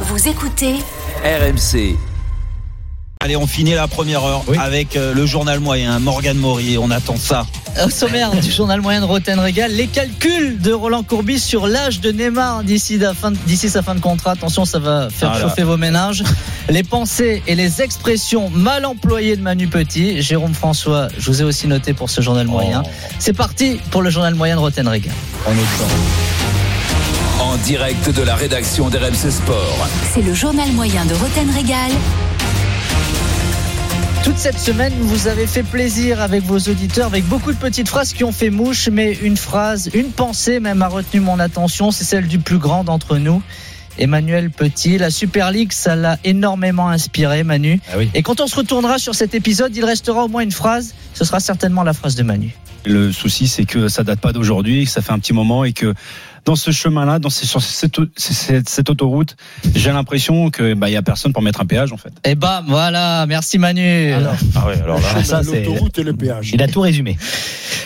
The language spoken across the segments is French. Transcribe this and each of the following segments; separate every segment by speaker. Speaker 1: Vous écoutez
Speaker 2: RMC.
Speaker 3: Allez, on finit la première heure avec euh, le journal moyen, Morgan Maury, on attend ça.
Speaker 4: Au sommaire du journal moyen de Roten Régal, les calculs de Roland Courbis sur l'âge de Neymar d'ici la fin- d'ici sa fin de contrat. Attention, ça va faire
Speaker 3: Ah là.
Speaker 4: chauffer vos ménages. Les pensées et les expressions mal employées de Manu Petit. Jérôme François, je vous ai aussi noté pour ce journal moyen. C'est parti pour le journal moyen de Roten Régal.
Speaker 3: On est dedans.
Speaker 2: En direct de la rédaction d'RMC Sport.
Speaker 1: C'est le journal moyen de Roten Régal.
Speaker 4: Toute cette semaine, vous avez fait plaisir avec vos auditeurs, avec beaucoup de petites phrases qui ont fait mouche, mais une phrase, une pensée même a retenu mon attention, c'est celle du plus grand d'entre nous. Emmanuel Petit, la Super League, ça l'a énormément inspiré, Manu.
Speaker 3: Ah oui.
Speaker 4: Et quand on se retournera sur cet épisode, il restera au moins une phrase. Ce sera certainement la phrase de Manu.
Speaker 5: Le souci, c'est que ça date pas d'aujourd'hui, que ça fait un petit moment et que dans ce chemin-là, dans ces- sur cette, cette- cette autoroute, j'ai l'impression que bah il y a personne pour mettre un péage en fait.
Speaker 4: Et bam, voilà. Merci Manu.
Speaker 5: Ah ouais, alors là,
Speaker 6: Ça, l'autoroute et le péage. Ah,
Speaker 3: Il a tout résumé.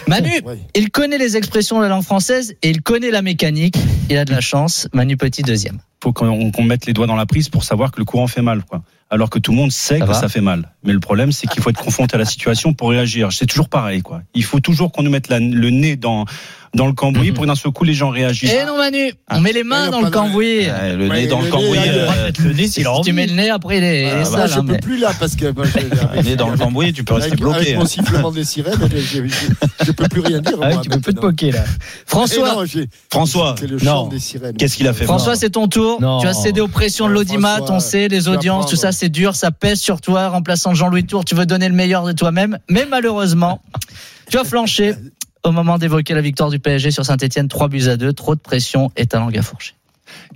Speaker 4: Manu,
Speaker 6: Ouais.
Speaker 4: il connaît les expressions de la langue française et il connaît la mécanique. Il a de la chance. Manu Petit, deuxième.
Speaker 5: faut qu'on qu'on mette les doigts dans la prise pour savoir que le courant fait mal, quoi. Alors que tout le monde sait
Speaker 4: Ça
Speaker 5: que
Speaker 4: va
Speaker 5: ça fait mal. Mais le problème, c'est qu'il faut être confronté à la situation pour réagir. C'est toujours pareil, quoi. Il faut toujours qu'on nous mette la- le nez dans dans le
Speaker 3: Mhm.
Speaker 5: cambouis pour que d'un seul coup les gens réagissent.
Speaker 4: Et Eh non Manu, on met les mains
Speaker 6: Ah. non,
Speaker 4: dans le
Speaker 6: pas dans le-
Speaker 4: cambouis.
Speaker 3: Ouais, le
Speaker 6: Ouais,
Speaker 3: nez dans
Speaker 6: le
Speaker 3: le
Speaker 6: nez,
Speaker 3: cambouis.
Speaker 6: là, il
Speaker 3: euh,
Speaker 6: doit
Speaker 3: le nez, s'il a
Speaker 4: Si tu
Speaker 3: envie.
Speaker 4: mets le nez après, il est, il est
Speaker 6: Ah,
Speaker 4: sale,
Speaker 6: bah, je
Speaker 4: hein, mais-
Speaker 6: peux plus là parce que bah, moi, j'ai-
Speaker 3: Le nez dans le cambouis, tu peux rester
Speaker 6: avec,
Speaker 3: bloqué. hein.
Speaker 6: avec
Speaker 7: hein.
Speaker 6: mon sifflement des sirènes, j'ai- j'ai- je peux plus rien dire.
Speaker 7: Ah
Speaker 6: moi, maintenant.
Speaker 3: poker là.
Speaker 6: Eh
Speaker 4: François,
Speaker 6: non, j'ai-
Speaker 3: François,
Speaker 6: c'est le chant
Speaker 3: non.
Speaker 6: des sirènes.
Speaker 3: Qu'est-ce qu'il a fait
Speaker 4: François, c'est ton tour.
Speaker 3: Non.
Speaker 4: Tu as cédé aux pressions de
Speaker 6: Ouais,
Speaker 4: l'audimat,
Speaker 6: François,
Speaker 4: on sait, les
Speaker 6: tu
Speaker 4: audiences,
Speaker 6: apprends,
Speaker 4: tout ça,
Speaker 6: ouais.
Speaker 4: c'est dur, ça pèse sur toi. Remplaçant Jean-Louis Tour, tu veux donner le meilleur de toi-même, mais malheureusement, tu as flanché au moment d'évoquer la victoire du PSG sur Saint-Etienne, 3 buts à 2, trop de pression et ta langue à fourcher.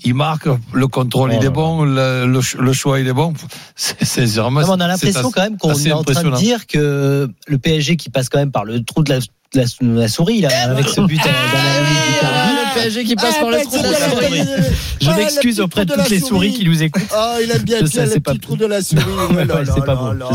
Speaker 8: il marque, le contrôle
Speaker 3: Oh
Speaker 8: il
Speaker 3: là
Speaker 8: est bon, le, le ch- le choix il est bon. C'est c'est vraiment.
Speaker 7: Non, mais on a
Speaker 8: c'est
Speaker 7: l'impression
Speaker 8: assez-
Speaker 7: quand même qu'on
Speaker 8: assez
Speaker 7: est en train de
Speaker 8: impressionnant.
Speaker 7: dire que le PSG qui passe quand même par le trou de la, de la- de la souris là,
Speaker 4: Eh,
Speaker 7: avec ce but à- d'Ananoui qui termine.
Speaker 4: le PSG qui
Speaker 7: Eh,
Speaker 4: passe
Speaker 6: Ah,
Speaker 4: par le
Speaker 6: bah,
Speaker 4: trou
Speaker 6: c'est
Speaker 4: de la
Speaker 6: bien,
Speaker 4: souris.
Speaker 6: la petite-
Speaker 7: Je
Speaker 6: Ah, la
Speaker 7: m'excuse
Speaker 6: petite
Speaker 7: auprès de
Speaker 6: trou de
Speaker 7: toutes
Speaker 6: la
Speaker 7: les souris
Speaker 6: souris.
Speaker 7: qui nous écoutent.
Speaker 6: Ah, il aime bien,
Speaker 7: Je
Speaker 6: bien
Speaker 7: sais,
Speaker 6: le
Speaker 7: c'est
Speaker 6: petit
Speaker 7: pas-
Speaker 6: trou de la souris. Oh là
Speaker 7: Ouais,
Speaker 6: là
Speaker 7: c'est pas
Speaker 6: là
Speaker 7: bon,
Speaker 6: là.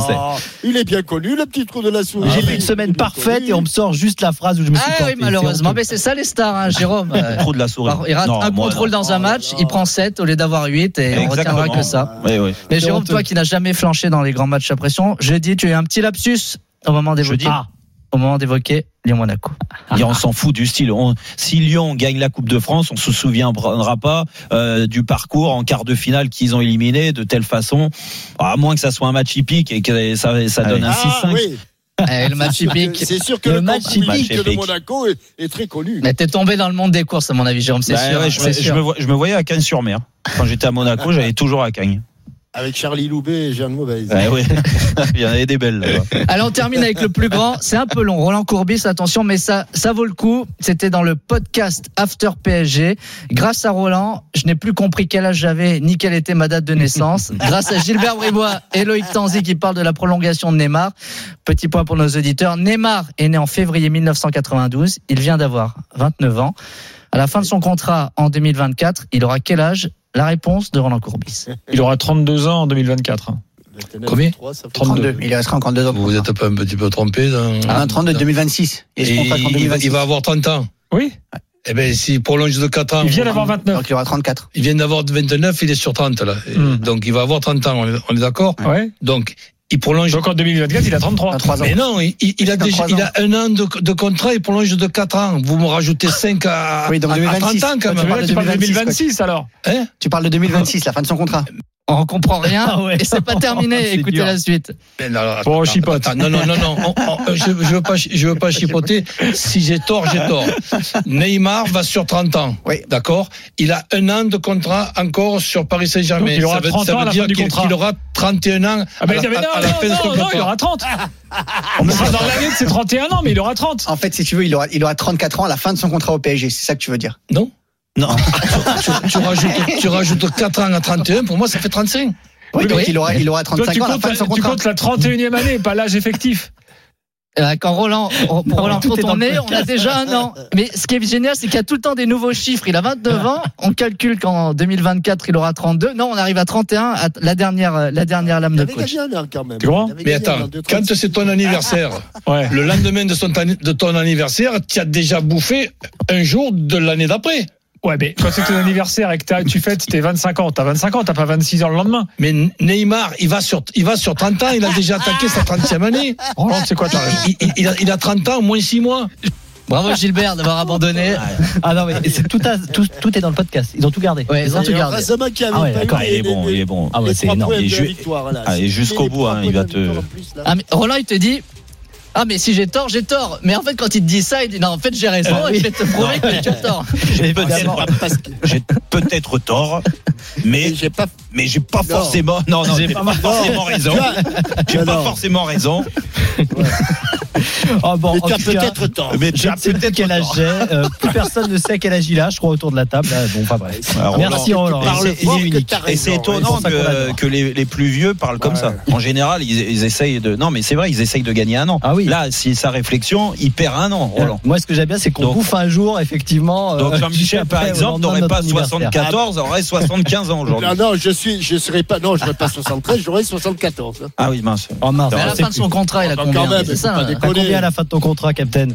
Speaker 7: je
Speaker 6: Il est bien connu, le petit trou de la souris.
Speaker 7: J'ai
Speaker 6: Il
Speaker 7: fait
Speaker 6: est
Speaker 7: une semaine
Speaker 6: bien
Speaker 7: parfaite
Speaker 6: connu.
Speaker 7: et on me sort juste la phrase où je me suis
Speaker 4: Ah oui,
Speaker 7: planté.
Speaker 4: malheureusement,
Speaker 7: C'est
Speaker 4: mais c'est ça les stars, hein, Jérôme. Euh,
Speaker 3: Trop de la souris.
Speaker 4: par- Il rate
Speaker 3: Non,
Speaker 4: un
Speaker 3: moi,
Speaker 4: contrôle
Speaker 3: non.
Speaker 4: dans un
Speaker 6: Oh là
Speaker 4: match,
Speaker 6: là.
Speaker 4: il prend 7 au lieu d'avoir 8 et on retiendra
Speaker 3: Exactement.
Speaker 4: que ça.
Speaker 3: Oui, oui.
Speaker 4: Mais
Speaker 7: C'est
Speaker 4: Jérôme,
Speaker 7: honteux.
Speaker 4: toi qui n'as jamais flanché dans les grands matchs à pression, j'ai dit tu as eu un petit lapsus au moment d'évoquer. Ah,
Speaker 3: Jeudi.
Speaker 4: Au moment d'évoquer Lyon-Monaco.
Speaker 3: Et on s'en fout du style. On- si Lyon gagne la Coupe de France, on se souviendra pas euh, du parcours en quart de finale qu'ils ont éliminé de telle façon, Ah, à moins que ça soit un match hippique et que ça, ça
Speaker 7: Ah
Speaker 3: donne
Speaker 7: oui.
Speaker 3: un
Speaker 6: Ah,
Speaker 3: 6-5.
Speaker 6: oui.
Speaker 4: Eh, le match typique.
Speaker 6: C'est sûr que
Speaker 7: Le
Speaker 6: le
Speaker 7: match
Speaker 6: match
Speaker 3: typique.
Speaker 6: de Monaco est- est très connu.
Speaker 4: Mais t'es tombé dans le monde des courses, à mon avis, Jérôme, c'est
Speaker 3: Bah
Speaker 4: sûr.
Speaker 3: ouais, je,
Speaker 4: c'est
Speaker 3: me, je
Speaker 4: sûr.
Speaker 3: me vois- je me voyais à Cagnes-sur-Mer. Quand j'étais à Monaco, j'allais toujours à Cagnes.
Speaker 6: Avec Charlie Loubet et Jeanne Mauvaise.
Speaker 3: Ouais, ouais. Il y en avait des belles. là-bas.
Speaker 4: Allez, on termine avec le plus grand. C'est un peu long. Roland Courbis, attention, mais ça, ça vaut le coup. C'était dans le podcast After PSG. Grâce à Roland, je n'ai plus compris quel âge j'avais ni quelle était ma date de naissance. Grâce à Gilbert Bribois et Loïc Tanzi qui parlent de la prolongation de Neymar. Petit point pour nos auditeurs. Neymar est né en février 1992. Il vient d'avoir 29 ans. À la fin de son contrat en 2024, il aura quel âge La réponse de Roland Courbis.
Speaker 9: Il aura 32 ans en 2024. hein. Combien
Speaker 6: 3, ça fait
Speaker 9: 32.
Speaker 10: Il restera encore deux ans.
Speaker 8: Vous vous êtes pas un petit peu trompé dans-
Speaker 10: Ah, 32 2026. Et
Speaker 8: Et
Speaker 10: ce contrat, c'est en
Speaker 8: il, va,
Speaker 10: 2026.
Speaker 8: il va avoir 30 ans.
Speaker 9: Oui,
Speaker 8: Eh bien, s'il prolonge de 4 ans.
Speaker 9: il vient d'avoir 29.
Speaker 10: Donc il y aura 34.
Speaker 8: Il vient d'avoir 29, il est sur 30 là. Et
Speaker 9: Hmm.
Speaker 8: Donc il va avoir 30 ans, on est, on est d'accord
Speaker 9: Ouais.
Speaker 8: Donc il prolonge.
Speaker 9: Donc en 2024, il a 33.
Speaker 10: Dans 3 ans.
Speaker 8: Mais non, il, il- il a
Speaker 10: Dans
Speaker 8: déjà,
Speaker 10: trois
Speaker 8: il
Speaker 10: ans.
Speaker 8: a un an de, de contrat, il prolonge de 4 ans. Vous me rajoutez 5 à,
Speaker 10: Oui, donc
Speaker 8: à- à
Speaker 10: 2026.
Speaker 8: 30 ans quand
Speaker 9: Ça veut
Speaker 8: même.
Speaker 9: dire qu'il parle de
Speaker 10: 2026,
Speaker 9: 2026 alors.
Speaker 8: Hein
Speaker 10: Tu parles de 2026, la fin de son contrat.
Speaker 4: On comprend rien
Speaker 7: Ah ouais.
Speaker 4: et c'est pas terminé.
Speaker 7: C'est
Speaker 4: Écoutez
Speaker 7: dur.
Speaker 4: la suite.
Speaker 8: Ben, alors, attends,
Speaker 9: Bon, on
Speaker 8: attends,
Speaker 9: chipote.
Speaker 8: attends, non, non, non, non. on- on- je, je veux pas, chi- je veux pas chipoter. Si j'ai tort, j'ai tort. Neymar va sur 30 ans.
Speaker 10: Oui.
Speaker 8: D'accord. Il a un an de contrat encore sur Paris Saint-Germain.
Speaker 9: Donc, il aura
Speaker 8: Ça veut-
Speaker 9: 30
Speaker 8: ça
Speaker 9: ans à
Speaker 8: veut
Speaker 9: la
Speaker 8: dire
Speaker 9: fin du
Speaker 8: qu'il-
Speaker 9: contrat.
Speaker 8: qu'il aura 31 ans
Speaker 9: Ah
Speaker 8: à
Speaker 9: ben,
Speaker 8: la
Speaker 9: il avait-
Speaker 8: à-
Speaker 9: non,
Speaker 8: à la fin de
Speaker 9: non,
Speaker 8: son
Speaker 9: non, non, il
Speaker 8: contrat.
Speaker 9: aura 30. On sera dans l'année de ses 31 ans, mais il aura 30.
Speaker 10: En fait, si tu veux, il aura, il aura 34 ans à la fin de son contrat au PSG. C'est ça que tu veux dire.
Speaker 8: Non.
Speaker 3: Non.
Speaker 8: tu, tu rajoutes, tu rajoutes 4 ans à 31, pour moi, ça fait 35.
Speaker 9: Oui,
Speaker 10: donc
Speaker 9: mais-
Speaker 10: il aura, il aura
Speaker 9: Toi,
Speaker 10: 35
Speaker 9: tu
Speaker 10: ans à la
Speaker 9: comptes,
Speaker 10: fin de son
Speaker 9: la, tu
Speaker 10: contrat.
Speaker 9: comptes la 31e année, pas l'âge effectif.
Speaker 4: Euh, Quand Roland, pour Roland
Speaker 7: tout est dans le
Speaker 4: Tourné, on a déjà un an. Mais ce qui est génial, c'est qu'il y a tout le temps des nouveaux chiffres. Il a 29 ans. On calcule qu'en 2024, il aura 32. Non, on arrive à 31, à la dernière, euh, la dernière lame
Speaker 6: Il
Speaker 4: de
Speaker 6: avait
Speaker 4: coach.
Speaker 6: gagné un an hein, quand même.
Speaker 9: Tu comprends
Speaker 6: Il avait
Speaker 8: Mais
Speaker 6: gagné un an,
Speaker 8: attends,
Speaker 6: deux, trois,
Speaker 8: quand
Speaker 6: six.
Speaker 8: c'est ton anniversaire,
Speaker 9: Ouais.
Speaker 8: le lendemain de, son, anni- de ton anniversaire, tu as déjà bouffé un jour de l'année d'après.
Speaker 9: Ouais, mais quand c'est ton anniversaire et que t'as- tu fêtes tes 25 ans, t'as 25 ans, t'as pas 26 ans le lendemain.
Speaker 8: Mais Neymar, il va sur, il va sur 30 ans, il a déjà attaqué sa 30e année.
Speaker 9: Roland, c'est quoi ta raison
Speaker 8: Il, il- il a, il a 30 ans, au moins 6 mois.
Speaker 4: Bravo Gilbert d'avoir abandonné.
Speaker 7: Ah non, mais c'est- tout, a- tout, tout est dans le podcast. Ils ont tout gardé.
Speaker 4: Ouais, ils ont tout
Speaker 6: Alors,
Speaker 4: gardé.
Speaker 6: Razama qui avait
Speaker 7: Ah ouais,
Speaker 6: pas eu
Speaker 3: d'accord, il
Speaker 6: les-
Speaker 3: est bon,
Speaker 6: les-
Speaker 3: il est bon.
Speaker 7: Ah ouais,
Speaker 6: les
Speaker 7: c'est
Speaker 6: trois
Speaker 7: énorme.
Speaker 6: points
Speaker 3: Il est
Speaker 6: de la
Speaker 3: ju-
Speaker 6: victoire, là.
Speaker 3: Ah, et
Speaker 6: C'est-
Speaker 3: jusqu'au
Speaker 6: les
Speaker 3: bout,
Speaker 6: trois
Speaker 3: hein,
Speaker 6: points
Speaker 3: il
Speaker 6: de la
Speaker 3: va te-
Speaker 6: victoire en plus, là.
Speaker 4: Ah, mais Roland, il te dit. Ah mais si j'ai tort, j'ai tort. Mais en fait quand il te dit ça, il dit non en fait j'ai raison
Speaker 7: Ah
Speaker 3: Euh,
Speaker 4: et je vais te prouver que tu as tort.
Speaker 6: Eh
Speaker 3: J'ai
Speaker 6: Évidemment,
Speaker 3: peut-être-
Speaker 6: ben, parce que-
Speaker 3: j'ai peut-être tort, mais
Speaker 6: Et j'ai pas
Speaker 3: mais j'ai pas
Speaker 6: Non.
Speaker 3: forcément non non j'ai pas, forcément raison j'ai pas
Speaker 6: Alors.
Speaker 3: Ah, forcément raison
Speaker 7: Ah bon,
Speaker 6: Mais
Speaker 7: en
Speaker 6: tu as
Speaker 7: tout cas,
Speaker 6: peut-être tort.
Speaker 3: mais
Speaker 7: Je
Speaker 3: j'ai
Speaker 7: ne sais plus
Speaker 3: peut-être
Speaker 7: quel âge j'ai. Euh, plus personne ne sait quel âge il a, je crois, autour de la table. Là, bon, pas vrai.
Speaker 9: Ah,
Speaker 3: Alors,
Speaker 7: Merci Roland.
Speaker 3: Parle
Speaker 7: Et c'est-
Speaker 6: fort
Speaker 7: et c'est
Speaker 6: que
Speaker 7: unique.
Speaker 6: t'as
Speaker 3: et c'est
Speaker 6: raison,
Speaker 7: c'est
Speaker 3: étonnant
Speaker 7: pour ça qu'on
Speaker 3: que,
Speaker 7: l'adore.
Speaker 3: que les, les plus vieux parlent comme ça. En général, ils, ils essayent de. Non, mais c'est vrai, ils essayent de gagner un an.
Speaker 7: Ah oui.
Speaker 3: Là, si sa réflexion, il perd un an,
Speaker 7: Euh,
Speaker 3: Roland.
Speaker 7: Moi, ce que j'aime bien, c'est qu'on
Speaker 3: Donc-
Speaker 7: bouffe un jour, effectivement.
Speaker 3: Donc
Speaker 7: euh,
Speaker 3: Jean-Michel, par
Speaker 7: après, au
Speaker 3: exemple,
Speaker 7: lendemain de
Speaker 3: n'aurait
Speaker 7: notre
Speaker 3: pas
Speaker 7: anniversaire.
Speaker 3: 74, aurait 75 ans aujourd'hui.
Speaker 6: Ah, Non, non, je suis, je serais pas, non, je serais pas 73, j'aurais 74. hein.
Speaker 3: Ah oui, mince.
Speaker 7: Oh mince.
Speaker 4: Mais à la fin de son contrat, il a
Speaker 6: Bah, quand
Speaker 4: combien
Speaker 6: même,
Speaker 4: C'est ça.
Speaker 6: faut pas
Speaker 4: hein.
Speaker 6: déconner.
Speaker 7: T'as combien à la fin de ton contrat, Captain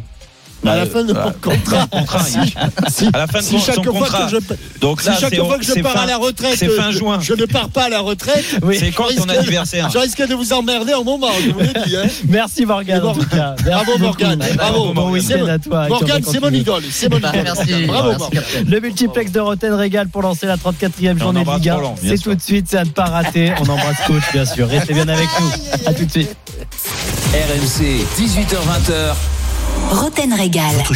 Speaker 6: à la fin de
Speaker 3: voilà.
Speaker 6: mon contrat.
Speaker 3: euh, bah, Contrat, il-
Speaker 6: Si,
Speaker 3: À la fin de
Speaker 6: si
Speaker 3: son-
Speaker 6: chaque
Speaker 3: son
Speaker 6: fois
Speaker 3: contrat.
Speaker 6: que je,
Speaker 3: Donc
Speaker 6: si
Speaker 3: là,
Speaker 6: chaque
Speaker 3: c'est
Speaker 6: fois que je
Speaker 3: c'est
Speaker 6: pars à
Speaker 3: fin,
Speaker 6: la retraite,
Speaker 3: c'est fin
Speaker 6: je,
Speaker 3: juin.
Speaker 6: je ne pars pas à la retraite.
Speaker 3: C'est quand
Speaker 6: je
Speaker 3: ton
Speaker 6: risque-
Speaker 3: anniversaire
Speaker 6: Je risque de vous emmerder au moment, je vous l'ai dit. Hein.
Speaker 7: Merci Morgane
Speaker 6: Mais
Speaker 7: en tout cas. Merci
Speaker 6: Bravo,
Speaker 7: beaucoup.
Speaker 6: Morgane. Bravo,
Speaker 7: Bon
Speaker 6: Morgane. C'est
Speaker 7: week-end
Speaker 6: bon.
Speaker 7: à toi. Et puis, on va
Speaker 6: Morgane, c'est mon
Speaker 7: continuer.
Speaker 6: idole, c'est mon
Speaker 4: Bah,
Speaker 6: idole.
Speaker 4: merci.
Speaker 6: Bravo,
Speaker 4: Merci,
Speaker 6: Morgane.
Speaker 4: Captain.
Speaker 7: Le multiplex de Roten régale pour lancer la 34e journée de
Speaker 3: embrasse
Speaker 7: Ligue 1.
Speaker 3: Roland, bien
Speaker 7: C'est
Speaker 3: sûr.
Speaker 7: tout de suite, c'est à ne pas rater. On embrasse coach, bien sûr. Restez bien avec nous. À tout de suite.
Speaker 2: RMC, 18h20h.
Speaker 1: Roten Régal.